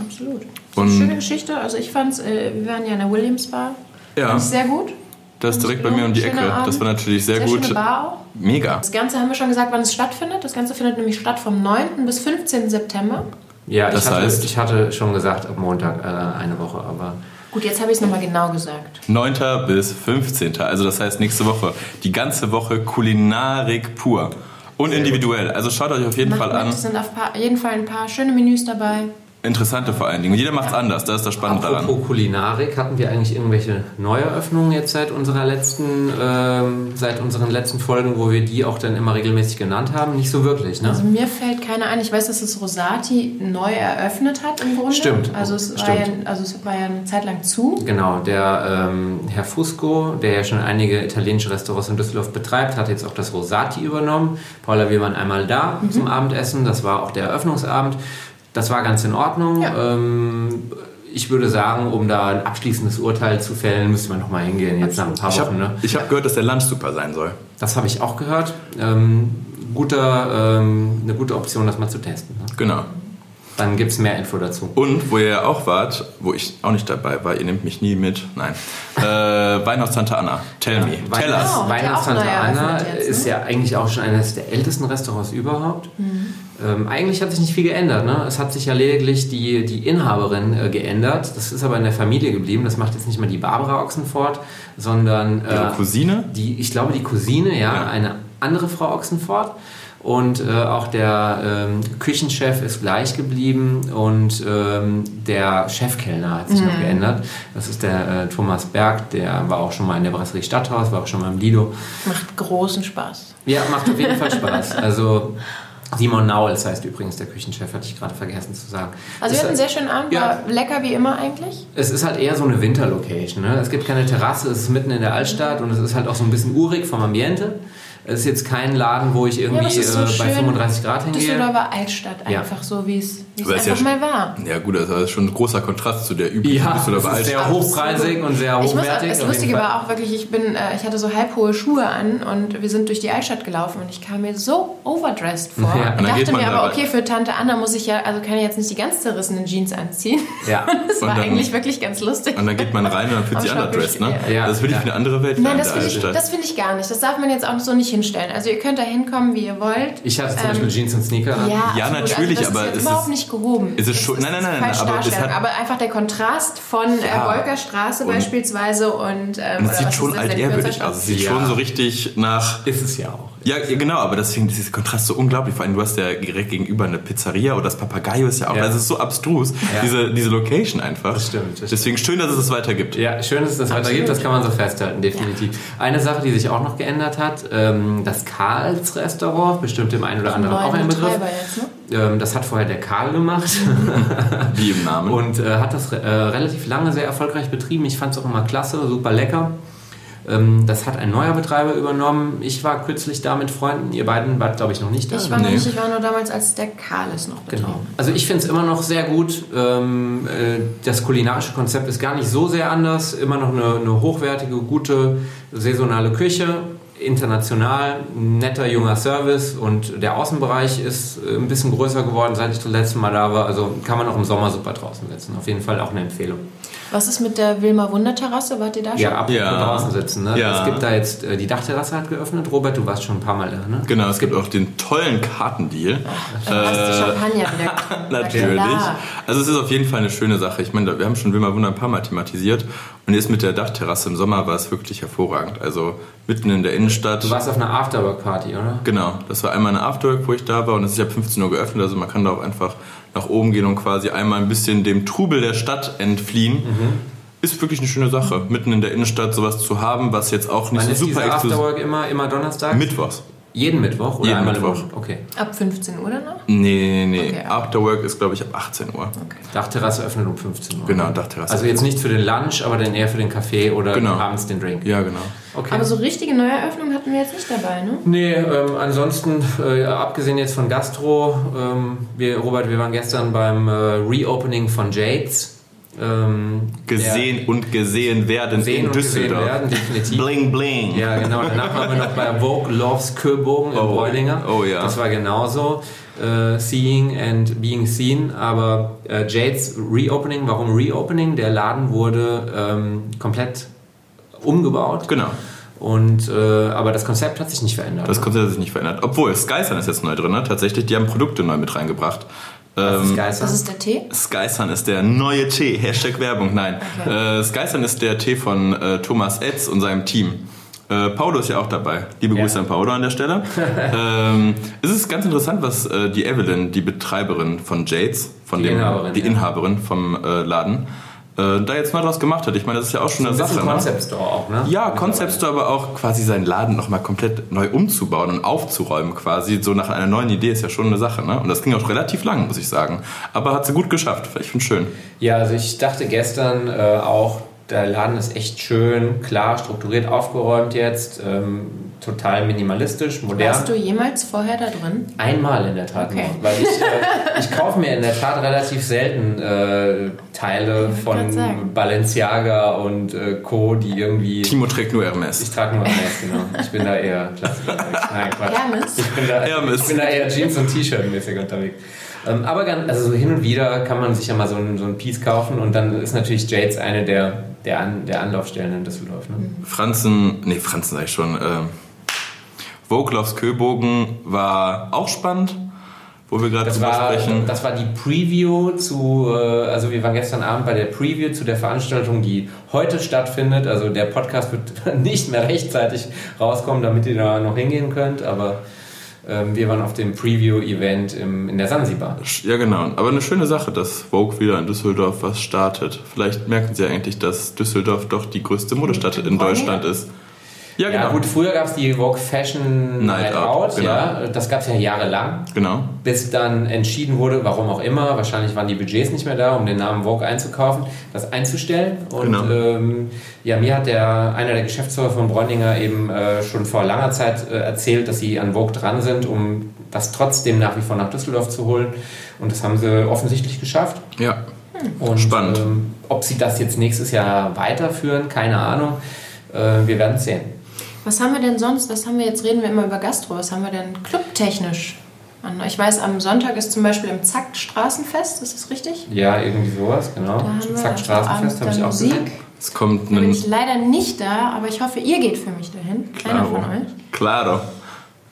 S3: Absolut. So
S1: Und-
S3: eine schöne Geschichte. Also ich fand's, äh, wir waren ja in der Williams Bar.
S1: Ja.
S3: Fand ich sehr gut.
S1: Das ist direkt bei mir um die
S3: Schöner
S1: Ecke. Das
S3: Abend.
S1: war natürlich sehr,
S3: sehr
S1: gut.
S3: schöne Bar auch.
S1: Mega.
S3: Das Ganze haben wir schon gesagt, wann es stattfindet. Das Ganze findet nämlich statt vom 9. bis 15. September.
S2: Ja,
S1: Das
S2: ich, hatte,
S1: heißt?
S2: ich hatte schon gesagt, ab Montag äh, eine Woche, aber
S3: Gut, jetzt habe ich es nochmal genau gesagt.
S1: 9. bis 15. Also das heißt nächste Woche. Die ganze Woche Kulinarik pur. Und individuell. Also schaut euch auf jeden
S3: Macht
S1: Fall
S3: mit,
S1: an.
S3: Es sind auf paar, jeden Fall ein paar schöne Menüs dabei.
S1: Interessante vor allen Dingen. Und jeder macht's anders. Das ist das Spannende daran.
S2: apropos Kulinarik, hatten wir eigentlich irgendwelche Neueröffnungen jetzt seit unserer letzten, ähm, seit unseren letzten Folgen, wo wir die auch dann immer regelmäßig genannt haben? Nicht so wirklich, ne?
S3: Also mir fällt keine ein. Ich weiß, dass es Rosati neu eröffnet hat im Grunde.
S2: Stimmt.
S3: Also es, War, ja,
S2: Stimmt.
S3: also es war ja eine Zeit lang zu.
S2: Genau, der ähm, Herr Fusco, der ja schon einige italienische Restaurants in Düsseldorf betreibt, hat jetzt auch das Rosati übernommen. Paula, wir waren einmal da
S1: Mhm.
S2: zum Abendessen, das war auch der Eröffnungsabend. Das war ganz in Ordnung.
S3: Ja.
S2: Ähm, ich würde sagen, um da ein abschließendes Urteil zu fällen, müsste man nochmal hingehen, jetzt nach ein paar
S1: Ich
S2: Wochen. Ne?
S1: habe hab gehört, dass der Lunch super sein soll.
S2: Das habe ich auch gehört. Ähm, guter, ähm, eine gute Option, das mal zu testen. Ne?
S1: Genau.
S2: Dann gibt es mehr Info dazu.
S1: Und wo ihr ja auch wart, wo ich auch nicht dabei war, ihr nehmt mich nie mit. Nein. Äh, Wein aus Tante Anna. Tell me.
S2: Weihnachts-
S1: Tell us.
S3: Genau, hat ja auch
S2: Weihnachtstante
S3: neu
S2: Anna
S3: eröffnet jetzt, ne? Mhm.
S2: ist ja eigentlich auch schon eines der ältesten Restaurants überhaupt. Ähm, eigentlich hat sich nicht viel geändert. Ne? Es hat sich ja lediglich die, die Inhaberin äh, geändert. Das ist aber in der Familie geblieben. Das macht jetzt nicht mehr die Barbara Ochsenfort, sondern
S1: Ihre
S2: äh,
S1: Cousine?
S2: die, ich glaube, die Cousine, ja,
S1: Ja.
S2: eine andere Frau Ochsenfort. Und äh, auch der ähm, Küchenchef ist gleich geblieben und ähm, der Chefkellner hat sich
S3: Mhm.
S2: noch geändert. Das ist der äh, Thomas Berg, der war auch schon mal in der Brasserie Stadthaus, war auch schon mal im Lido.
S3: Macht großen Spaß.
S2: Ja, macht auf jeden Fall Spaß. Also Simon Nauels heißt übrigens der Küchenchef, hatte ich gerade vergessen zu sagen.
S3: Also
S2: Ist
S3: wir hatten einen
S2: halt-
S3: sehr schönen Abend,
S2: Ja.
S3: war lecker wie immer eigentlich.
S2: es ist halt eher so eine Winterlocation. Ne? Es gibt keine Terrasse, es ist mitten in der Altstadt und es ist halt auch so ein bisschen urig vom Ambiente. Es ist jetzt kein Laden, wo ich
S3: Ja,
S2: irgendwie
S3: aber es ist so
S2: äh, bei
S3: schön.
S2: 35 Grad hingehe.
S3: Düsseldorfer Altstadt
S2: Ja.
S3: einfach so, wie es Wie es
S1: Aber ist
S3: einfach
S1: ja
S3: mal war.
S1: Ja gut, das ist schon ein großer Kontrast zu der üblichen
S2: Ja,
S1: Düsseldorfer
S2: das ist sehr
S1: Altstadt.
S2: hochpreisig und sehr
S3: Ich muss,
S2: hochwertig.
S3: das
S2: auf jeden
S3: Lustige
S2: Fall.
S3: war auch wirklich, ich bin, äh, ich hatte so halbhohe Schuhe an und wir sind durch die Altstadt gelaufen und ich kam mir so overdressed vor.
S2: Ja.
S1: Und
S3: Ich
S1: dann geht
S3: dachte
S1: man
S3: mir aber,
S1: dabei.
S3: okay, für Tante Anna muss ich ja, also kann ich jetzt nicht die ganz zerrissenen Jeans anziehen.
S2: Ja.
S3: Das
S1: Und
S3: war
S1: dann-
S3: eigentlich wirklich ganz lustig.
S1: Und dann geht man rein und dann fühlt
S3: Am
S1: sich underdressed, ne?
S3: Shopping,
S2: Oh, ja.
S1: Das ist wirklich
S2: Ja.
S1: eine andere Welt.
S3: Nein,
S1: in
S3: das
S1: der
S3: finde ich,
S1: Altstadt.
S3: das finde ich gar nicht. Das darf man jetzt auch so nicht hinstellen. Also ihr könnt da hinkommen, wie ihr wollt.
S2: Ich hatte zum
S3: Ähm,
S2: Beispiel Jeans und Sneaker. an.
S3: Ja,
S1: Ja,
S3: absolut.
S1: natürlich,
S3: also das
S1: aber
S3: ist jetzt
S1: es
S3: überhaupt
S1: ist-
S3: nicht gehoben.
S1: es ist
S3: Das
S1: schon- nein, nein, nein,
S3: falsch
S1: aber es
S3: darstellen.
S1: hat-
S3: aber einfach der Kontrast von
S2: Ja.
S3: äh, Wolkerstraße
S1: Und-
S3: beispielsweise und ähm,
S1: Und es
S3: oder was
S1: sieht
S3: ist
S1: schon
S3: das, der
S1: altehrwürdig
S3: Kürzer-
S1: aus. Es sieht
S2: Ja.
S1: schon so richtig nach.
S2: Ist es ja auch.
S1: Ja, ja, genau, aber deswegen ist dieser Kontrast so unglaublich. Vor allem, du hast ja direkt gegenüber eine Pizzeria oder das Papagayo ist ja auch.
S2: Ja.
S1: Das ist so abstrus,
S2: Ja.
S1: diese, diese Location einfach.
S2: Das stimmt, das
S1: deswegen schön, dass es es weitergibt.
S2: Ja, schön, dass es das weiter gibt, das kann man so festhalten, definitiv. Eine Sache, die sich auch noch geändert hat, ähm, das Karls Restaurant, bestimmt dem einen oder anderen
S3: Neuen
S2: auch ein Begriff.
S3: Betreiber jetzt, ne?
S2: Ähm, das hat vorher der Karl gemacht
S1: Wie im Namen.
S2: und äh, hat das re äh, relativ lange sehr erfolgreich betrieben. Ich fand es auch immer klasse, super lecker. Ähm, das hat ein neuer Betreiber übernommen. Ich war kürzlich da mit Freunden, ihr beiden wart, glaube ich, noch nicht da.
S3: Ich
S2: ne?
S3: war noch
S1: Nee.
S3: nicht, ich war nur damals, als der Carles noch betrieben
S2: Genau. Also ich finde es immer noch sehr gut. Ähm, äh, das kulinarische Konzept ist gar nicht so sehr anders. Immer noch eine, eine hochwertige, gute, saisonale Küche. International, netter junger Service und der Außenbereich ist äh, ein bisschen größer geworden, seit ich das letzte Mal da war. Also kann man auch im Sommer super draußen sitzen. Auf jeden Fall auch eine Empfehlung.
S3: Was ist mit der Wilma Wunder Terrasse? Wart ihr da schon?
S2: Ja, ab
S1: Ja.
S2: draußen sitzen. Ne?
S1: Ja.
S2: Es gibt da jetzt, äh, die Dachterrasse hat geöffnet. Robert, du warst schon ein paar Mal da, ne?
S1: Genau, es gibt auch den tollen Kartendeal.
S3: Dann hast du
S1: Äh,
S3: Champagner wieder.
S1: Natürlich.
S3: Klar.
S1: Also es ist auf jeden Fall eine schöne Sache. Ich meine, da- wir haben schon Wilma Wunder ein paar Mal thematisiert und jetzt mit der Dachterrasse im Sommer war es wirklich hervorragend. Also mitten in der Innenstadt.
S2: Du warst auf einer Afterwork-Party, oder?
S1: Genau, das war einmal eine Afterwork, wo ich da war und es ist ja 15 Uhr geöffnet, also man kann da auch einfach nach oben gehen und quasi einmal ein bisschen dem Trubel der Stadt entfliehen.
S2: Mhm.
S1: Ist wirklich eine schöne Sache, mitten in der Innenstadt sowas zu haben, was jetzt auch nicht
S2: Wann
S1: so
S2: ist
S1: super
S2: dieser
S1: exklusiv
S2: Afterwork immer, immer Donnerstag?
S1: Mittwochs.
S2: Jeden Mittwoch oder
S1: Jeden
S2: einmal
S1: Mittwoch.
S2: im Monat? Okay.
S3: Ab 15 Uhr dann noch?
S1: Nee, nee, nee.
S3: Okay.
S1: Afterwork ist, glaube ich, ab 18 Uhr.
S2: Dachterrasse öffnet um 15 Uhr.
S1: Genau, Dachterrasse.
S2: Also jetzt nicht für den Lunch, aber dann eher für den Kaffee oder
S1: Genau.
S2: abends den Drink.
S1: ja, genau.
S2: Okay.
S3: Aber so richtige Neueröffnungen hatten wir jetzt nicht dabei, ne?
S2: Also, Nee, ähm, ansonsten, äh, abgesehen jetzt von Gastro, ähm, wir, Robert, wir waren gestern beim äh, Reopening von Jades. Ähm,
S1: Gesehen und gesehen werden
S2: der- sehen
S1: in
S2: und gesehen
S1: Düsseldorf.
S2: werden, definitiv.
S1: Bling, bling.
S2: Ja, genau. Danach waren wir noch bei Vogue Loves Köbogen in
S1: Oh,
S2: Bräuninger.
S1: oh ja.
S2: Das war genauso. Äh, seeing and Being Seen. Aber äh, Jades Reopening, warum Reopening? Der Laden wurde ähm, komplett umgebaut.
S1: Genau.
S2: Und, äh, aber das Konzept hat sich nicht verändert. ne?
S1: Das Konzept hat sich nicht verändert. Obwohl, Skysun ist jetzt neu drin, ne? Tatsächlich, die haben Produkte neu mit reingebracht.
S2: das ist
S1: Ähm,
S2: geil. ne?
S3: Das ist der Tee.
S1: Skysun ist der neue Tee. Hashtag Werbung, nein.
S3: Okay.
S1: Äh, Skysun ist der Tee von äh, Thomas Etz und seinem Team. Äh, Paolo ist ja auch dabei. Liebe
S2: Ja.
S1: Grüße an Paolo an der Stelle. ähm, es ist ganz interessant, was äh, die Evelyn, die Betreiberin von Jades, von
S2: Die
S1: dem,
S2: Inhaberin,
S1: die
S2: ja.
S1: Inhaberin vom äh, Laden, äh, da jetzt mal draus gemacht hat. Ich meine, das ist ja auch schon eine
S2: ein bisschen
S1: Sache. ne?
S2: Concept Store auch, ne?
S1: Ja, Concept Store, aber auch quasi seinen Laden nochmal komplett neu umzubauen und aufzuräumen quasi, so nach einer neuen Idee ist ja schon eine Sache, ne? Und das ging auch relativ lang, muss ich sagen. Aber hat sie gut geschafft, ich finde schön.
S2: Ja, also ich dachte gestern äh, auch, der Laden ist echt schön, klar, strukturiert, aufgeräumt jetzt, ähm, total minimalistisch, modern.
S3: Warst du jemals vorher da drin?
S2: Einmal in der Tat
S3: Okay.
S2: nur. Weil ich, äh, ich kaufe mir in der Tat relativ selten äh, Teile
S3: grad
S2: von
S3: sagen.
S2: Balenciaga und äh, Co., die irgendwie.
S1: Timo trägt nur
S2: Ich
S1: Hermes.
S2: trage nur Hermes, genau. Ich bin da eher klassisch unterwegs. Nein, Quatsch.
S3: Hermes?
S2: Ich bin da,
S1: Hermes.
S2: Ich bin da eher Jeans und T-Shirt mäßig unterwegs. Ähm, aber ganz, also so hin und wieder kann man sich ja mal so ein, so ein Piece kaufen und dann ist natürlich Jades eine der, der, An, der Anlaufstellen in Düsseldorf. Ne?
S1: Franzen, nee, Franzen sag ich schon, ähm, Voglovs Köbogen war auch spannend, wo wir gerade
S2: Das
S1: drüber
S2: war,
S1: sprechen.
S2: das war die Preview zu, äh, also wir waren gestern Abend bei der Preview zu der Veranstaltung, die heute stattfindet. Also der Podcast wird nicht mehr rechtzeitig rauskommen, damit ihr da noch hingehen könnt, aber ähm, wir waren auf dem Preview-Event im- in der Sansibar.
S1: Ja, genau. Aber eine schöne Sache, dass Vogue wieder in Düsseldorf was startet. Vielleicht merken Sie ja eigentlich, dass Düsseldorf doch die größte Modestadt in Deutschland ist. Ja,
S2: Ja,
S1: genau.
S2: gut, früher gab es die Vogue Fashion
S1: Night
S2: Night,
S1: Out,
S2: Out, ja, das gab es ja jahrelang.
S1: Genau.
S2: bis dann entschieden wurde, warum auch immer, wahrscheinlich waren die Budgets nicht mehr da, um den Namen Vogue einzukaufen, das einzustellen. Und
S1: Genau.
S2: ähm, ja, mir hat der einer der Geschäftsführer von Bräuninger eben äh, schon vor langer Zeit äh, erzählt, dass sie an Vogue dran sind, um das trotzdem nach wie vor nach Düsseldorf zu holen. Und das haben sie offensichtlich geschafft.
S1: Ja.
S2: Und,
S1: Spannend.
S2: Ähm, ob sie das jetzt nächstes Jahr weiterführen, keine Ahnung. Äh, wir werden es sehen.
S3: Was haben wir denn sonst? Was haben wir jetzt? Reden wir immer über Gastro. Was haben wir denn clubtechnisch? an? Ich weiß, am Sonntag ist zum Beispiel im Zackt Straßenfest. Ist das richtig?
S2: Ja, irgendwie sowas, genau.
S3: Da haben wir
S2: Zack,
S3: am
S2: Straßenfest
S3: Abend
S2: habe ich
S3: dann
S2: auch
S3: Musik.
S2: gesehen.
S1: Es kommt
S3: Da bin
S1: ein
S3: ich leider nicht da, aber ich hoffe, ihr geht für mich dahin. Keiner von euch.
S1: Claro.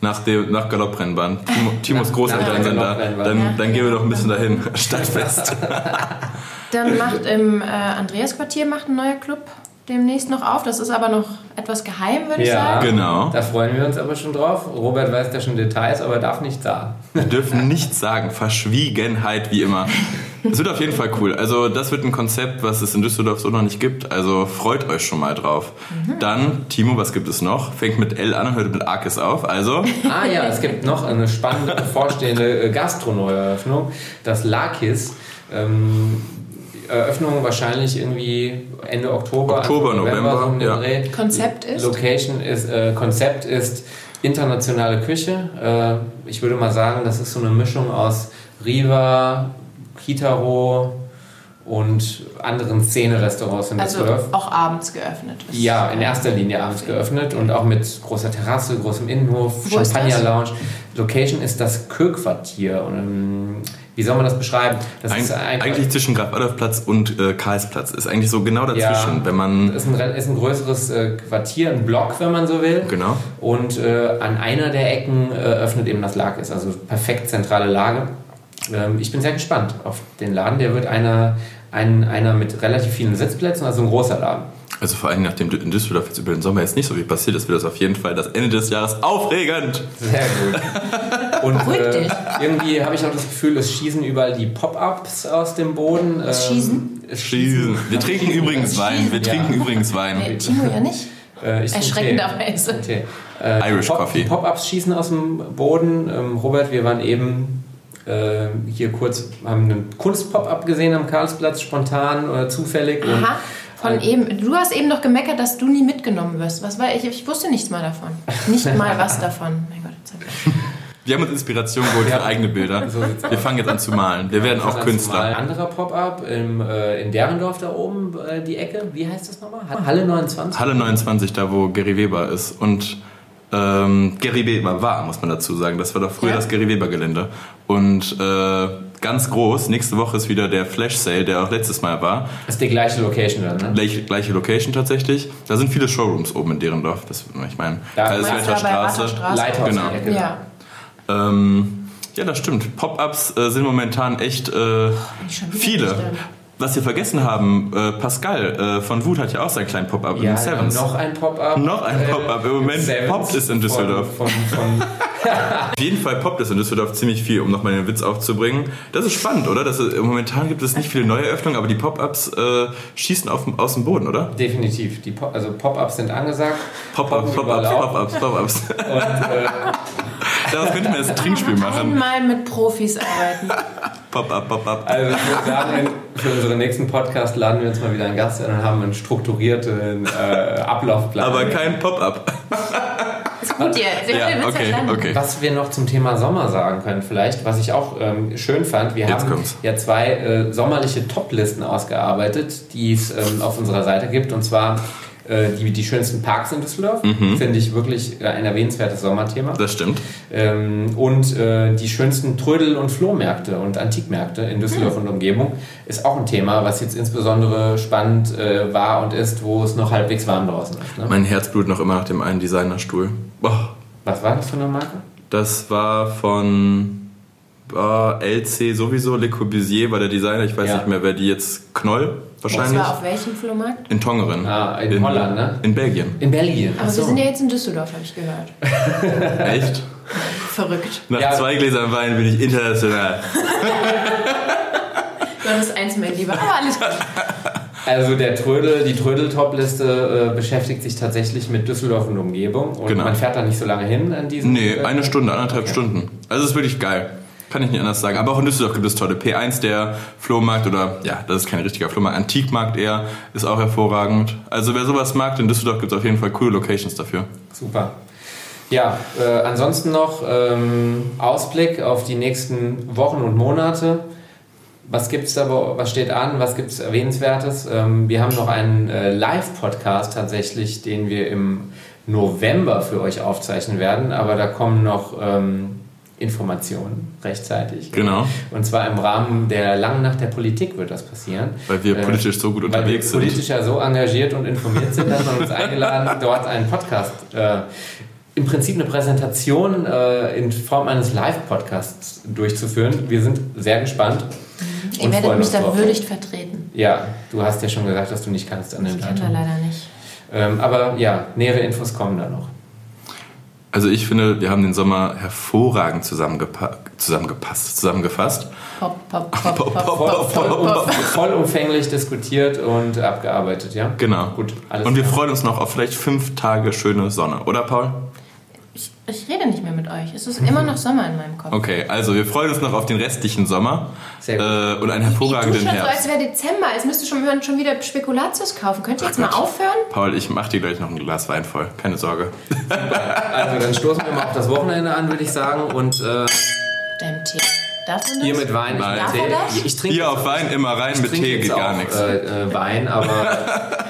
S1: Nach, dem, nach Galopprennbahn. Timo, Timos
S2: Nach-
S1: Großeltern
S2: nach
S1: sind da.
S2: Galopprennbahn.
S1: Dann, dann gehen wir doch ein bisschen dahin. Stadtfest.
S3: Dann macht im äh, Andreasquartier macht ein neuer Club demnächst noch auf. Das ist aber noch etwas geheim, würde ich
S2: Ja,
S3: sagen.
S1: Genau.
S2: Da freuen wir uns aber schon drauf. Robert weiß da schon Details, aber darf nicht sagen.
S1: Wir dürfen nichts sagen. Verschwiegenheit, wie immer. Es wird auf jeden Fall cool. Also, das wird ein Konzept, was es in Düsseldorf so noch nicht gibt. Also, freut euch schon mal drauf.
S3: Mhm.
S1: Dann, Timo, was gibt es noch? Fängt mit L an und hört mit Arkes auf. Also,
S2: Ah ja, es gibt noch eine spannende bevorstehende äh, Gastroneueröffnung, das Lakis. Ähm, Eröffnung wahrscheinlich irgendwie Ende Oktober,
S1: Oktober,
S2: Anfang
S1: November,
S2: so um den
S1: ja.
S2: Dreh.
S3: Konzept ist?
S2: Location ist äh, Konzept ist internationale Küche. Äh, ich würde mal sagen, das ist so eine Mischung aus Riva, Kitaro und anderen Szene-Restaurants in
S3: Also
S2: Düsseldorf.
S3: auch abends geöffnet. ist.
S2: Ja, in erster Linie abends geöffnet und auch mit großer Terrasse, großem Innenhof,
S3: Wo ist
S2: Champagner-Lounge. Location ist das Kö-Quartier. Und, ähm, wie soll man das beschreiben? Das
S1: eig
S2: ist ein,
S1: eigentlich zwischen Graf Adolf Platz und äh, Karlsplatz. Ist eigentlich so genau dazwischen,
S2: Ja.
S1: wenn man.
S2: ist ein, re- ist ein größeres äh, Quartier, ein Block, wenn man so will.
S1: Genau.
S2: Und äh, an einer der Ecken äh, öffnet eben das Lag ist. Also perfekt zentrale Lage. Ähm, ich bin sehr gespannt auf den Laden. Der wird einer, ein, einer mit relativ vielen Sitzplätzen, also ein großer Laden.
S1: Also, vor allem nachdem in Düsseldorf jetzt über den Sommer jetzt nicht so viel passiert ist, wird das auf jeden Fall das Ende des Jahres aufregend.
S2: Sehr gut. Und
S3: Beruhig
S2: äh,
S3: dich.
S2: irgendwie habe ich auch das Gefühl, es schießen überall die Pop-Ups aus dem Boden. Ähm,
S3: schießen?
S2: es
S1: Schießen. Wir trinken übrigens Wein. Wir
S2: Ja.
S1: trinken übrigens Wein.
S3: Nee, Timo ja nicht.
S2: Äh, ich trinke
S3: Erschreckenderweise.
S2: Tee. Tee. Äh,
S1: Irish
S2: Pop,
S1: Coffee.
S2: Die Pop-Ups schießen aus dem Boden. Ähm, Robert, wir waren eben äh, hier kurz, haben einen Kunst-Pop-Up gesehen am Karlsplatz, spontan oder zufällig. Und
S3: Aha. Von eben. Du hast eben doch gemeckert, dass du nie mitgenommen wirst. Was war ich? Ich wusste nichts mal davon. Nicht mal was davon. Mein Gott, jetzt hab ich-
S1: Wir haben uns Inspiration geholt für eigene Bilder.
S2: So sieht's
S1: wir fangen jetzt an zu malen. Wir werden auch
S2: Ganz normal.
S1: Künstler.
S2: Ein anderer Pop-Up im, äh, in Derendorf da oben, äh, die Ecke. Wie heißt das nochmal? Halle 29.
S1: Halle 29, da wo Gary Weber ist. Und ähm, Gary Weber war, muss man dazu sagen. Das war doch früher
S3: Ja.
S1: das Gary Weber-Gelände. Und äh, ganz groß, nächste Woche ist wieder der Flash-Sale, der auch letztes Mal war.
S2: Das ist die gleiche Location dann, ne?
S1: Gleich, gleiche Location tatsächlich. Da sind viele Showrooms oben in Derendorf. Das, ich meine,
S2: Da-
S3: Meinst du aber
S1: Karlswerter Straße.
S3: Rathausstraße?
S2: Lighthouse
S1: Genau.
S2: Ecke.
S3: Ja.
S1: Ähm, ja, das stimmt. Pop-ups äh, sind momentan echt äh,
S3: schon wieder
S1: viele.
S3: nicht, ähm.
S1: Was wir vergessen haben, äh, Pascal äh, von Wut hat ja auch seinen kleinen Pop-up
S2: Ja,
S1: in Sevens.
S2: noch ein Pop-Up.
S1: Noch ein Pop-up. Im Moment
S2: Sevens
S1: poppt es in Düsseldorf.
S2: Von, von, von
S1: Auf jeden Fall poppt es in Düsseldorf ziemlich viel, um nochmal den Witz aufzubringen. Das ist spannend, oder? Das ist, momentan gibt es nicht viele Neueröffnungen, aber die Pop-ups äh, schießen auf, aus dem Boden, oder?
S2: definitiv. Die Pop, also Pop-ups sind angesagt.
S1: Pop-ups,
S2: Poppen überall
S1: Pop-ups,
S2: auf.
S1: Pop-ups, Pop-ups.
S2: Und äh,
S1: Daraus könnten wir jetzt ein Trinkspiel machen.
S3: Einmal mit Profis arbeiten.
S1: Pop-up, Pop-up.
S2: also ich würde sagen, für unseren nächsten Podcast laden wir uns mal wieder einen Gast ein und haben einen strukturierten äh, Ablaufplan.
S1: Aber kein Pop-up.
S3: Ist gut jetzt. halt
S1: Also,
S3: Sehr
S1: äh, Ja,
S3: viel Witz
S1: okay,
S3: erklären.
S1: okay.
S2: Was wir noch zum Thema Sommer sagen können, vielleicht, was ich auch ähm, schön fand, wir
S1: Jetzt
S2: haben
S1: kommt's.
S2: ja zwei äh, sommerliche Top-Listen ausgearbeitet, die es ähm, auf unserer Seite gibt. Und zwar äh, die, die schönsten Parks in Düsseldorf.
S1: Mhm.
S2: Finde ich wirklich äh, ein erwähnenswertes Sommerthema.
S1: Das stimmt.
S2: Ähm, und äh, die schönsten Trödel- und Flohmärkte und Antikmärkte in Düsseldorf und Umgebung ist auch ein Thema, was jetzt insbesondere spannend äh, war und ist, wo es noch halbwegs warm draußen ist. Ne?
S1: Mein Herz blutet noch immer nach dem einen Designerstuhl. Boah,
S2: Was war das für eine Marke?
S1: das war von boah, LC sowieso, Le Corbusier war der Designer, ich weiß
S2: Ja.
S1: nicht mehr, wer die jetzt, Knoll
S3: Das
S1: wahrscheinlich?
S3: war auf welchem Flohmarkt?
S1: In Tongeren.
S2: Ah, in Holland, ne?
S1: In Belgien.
S2: In Belgien.
S3: Aber
S2: Ach so.
S3: wir sind ja jetzt in Düsseldorf, habe ich gehört.
S1: Echt?
S3: Verrückt.
S1: Nach
S2: Ja.
S1: zwei Gläsern Wein bin ich international.
S3: Du hattest eins mehr lieber. Aber alles gut.
S2: Also der Trödel, die Trödel-Top-Liste äh, beschäftigt sich tatsächlich mit Düsseldorf und Umgebung und
S1: Genau.
S2: man fährt da nicht so lange hin an diesen.
S1: Nee,
S2: äh,
S1: eine Stunde, anderthalb Stunden. Also ist wirklich geil. Kann ich nicht anders sagen. Aber auch in Düsseldorf gibt es tolle. P1, der Flohmarkt oder, ja, das ist kein richtiger Flohmarkt, Antikmarkt eher, ist auch hervorragend. Also wer sowas mag, in Düsseldorf gibt es auf jeden Fall coole Locations dafür.
S2: Super. Ja, äh, ansonsten noch ähm, Ausblick auf die nächsten Wochen und Monate. Was gibt's da, was steht an, was gibt's Erwähnenswertes? Ähm, wir haben noch einen äh, Live-Podcast tatsächlich, den wir im November für euch aufzeichnen werden, aber da kommen noch ähm, Informationen rechtzeitig.
S1: Genau.
S2: Und zwar im Rahmen der langen Nacht der Politik wird das passieren.
S1: Weil wir
S2: Äh,
S1: politisch so gut
S2: Weil wir
S1: unterwegs sind.
S2: politisch ja so engagiert und informiert sind, dass man uns eingeladen, dort einen Podcast, äh, im Prinzip eine Präsentation äh, in Form eines Live-Podcasts durchzuführen. Wir sind sehr gespannt.
S3: Ihr
S2: und
S3: werdet
S2: freuen
S3: mich
S2: uns
S3: da
S2: drauf.
S3: würdigt vertreten.
S2: Ja, du hast ja schon gesagt, dass du nicht kannst an
S3: Ich
S2: dem
S3: kann da
S2: Datum.
S3: leider nicht.
S2: Ähm, aber ja, nähere Infos kommen da noch.
S1: Also ich finde, wir haben den Sommer hervorragend zusammengepa zusammengepasst, zusammengefasst.
S3: Pop, pop, pop,
S1: Pop,
S3: pop, pop,
S1: pop,
S3: pop,
S1: pop,
S3: pop.
S2: Vollumfänglich diskutiert und abgearbeitet, ja?
S1: Genau.
S2: Gut, alles
S1: Und wir
S2: klar.
S1: freuen uns noch auf vielleicht fünf Tage schöne Sonne, oder Paul?
S3: Ich, ich rede nicht mehr mit euch. Es ist immer noch Sommer in meinem Kopf.
S1: Okay, also wir freuen uns noch auf den restlichen Sommer
S2: Sehr gut.
S1: Äh, und einen
S3: Ich tue
S1: hervorragenden
S3: schon so, als
S1: Herbst.
S3: wäre Dezember. Als müsste schon jemand schon wieder Spekulatius kaufen. Könnt ihr jetzt
S1: Ach
S3: mal
S1: Gott.
S3: aufhören?
S1: Paul, ich mach dir gleich noch ein Glas Wein voll, keine Sorge.
S2: Also dann stoßen wir mal auf das Wochenende an, würde ich sagen. Und äh,
S3: Deinem Tee. Darf man das?
S2: Ihr mit Wein,
S1: Nein.
S2: ich mit
S3: Darf er
S2: Tee.
S3: das?
S2: Ich trinke
S1: Hier auf Wein immer rein, mit
S2: trinke
S1: Tee
S2: jetzt
S1: geht gar
S2: auch,
S1: nichts.
S2: Äh, äh, Wein, aber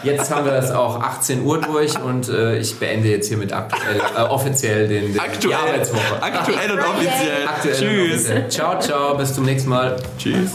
S2: jetzt haben wir das auch 18 Uhr durch und äh, ich beende jetzt hiermit aktuell, äh, offiziell den, den die
S1: aktuell,
S2: Arbeitswoche.
S1: aktuell und offiziell.
S2: Aktuell und
S1: Tschüss.
S2: offiziell. Ciao, ciao, bis zum nächsten Mal.
S1: Tschüss.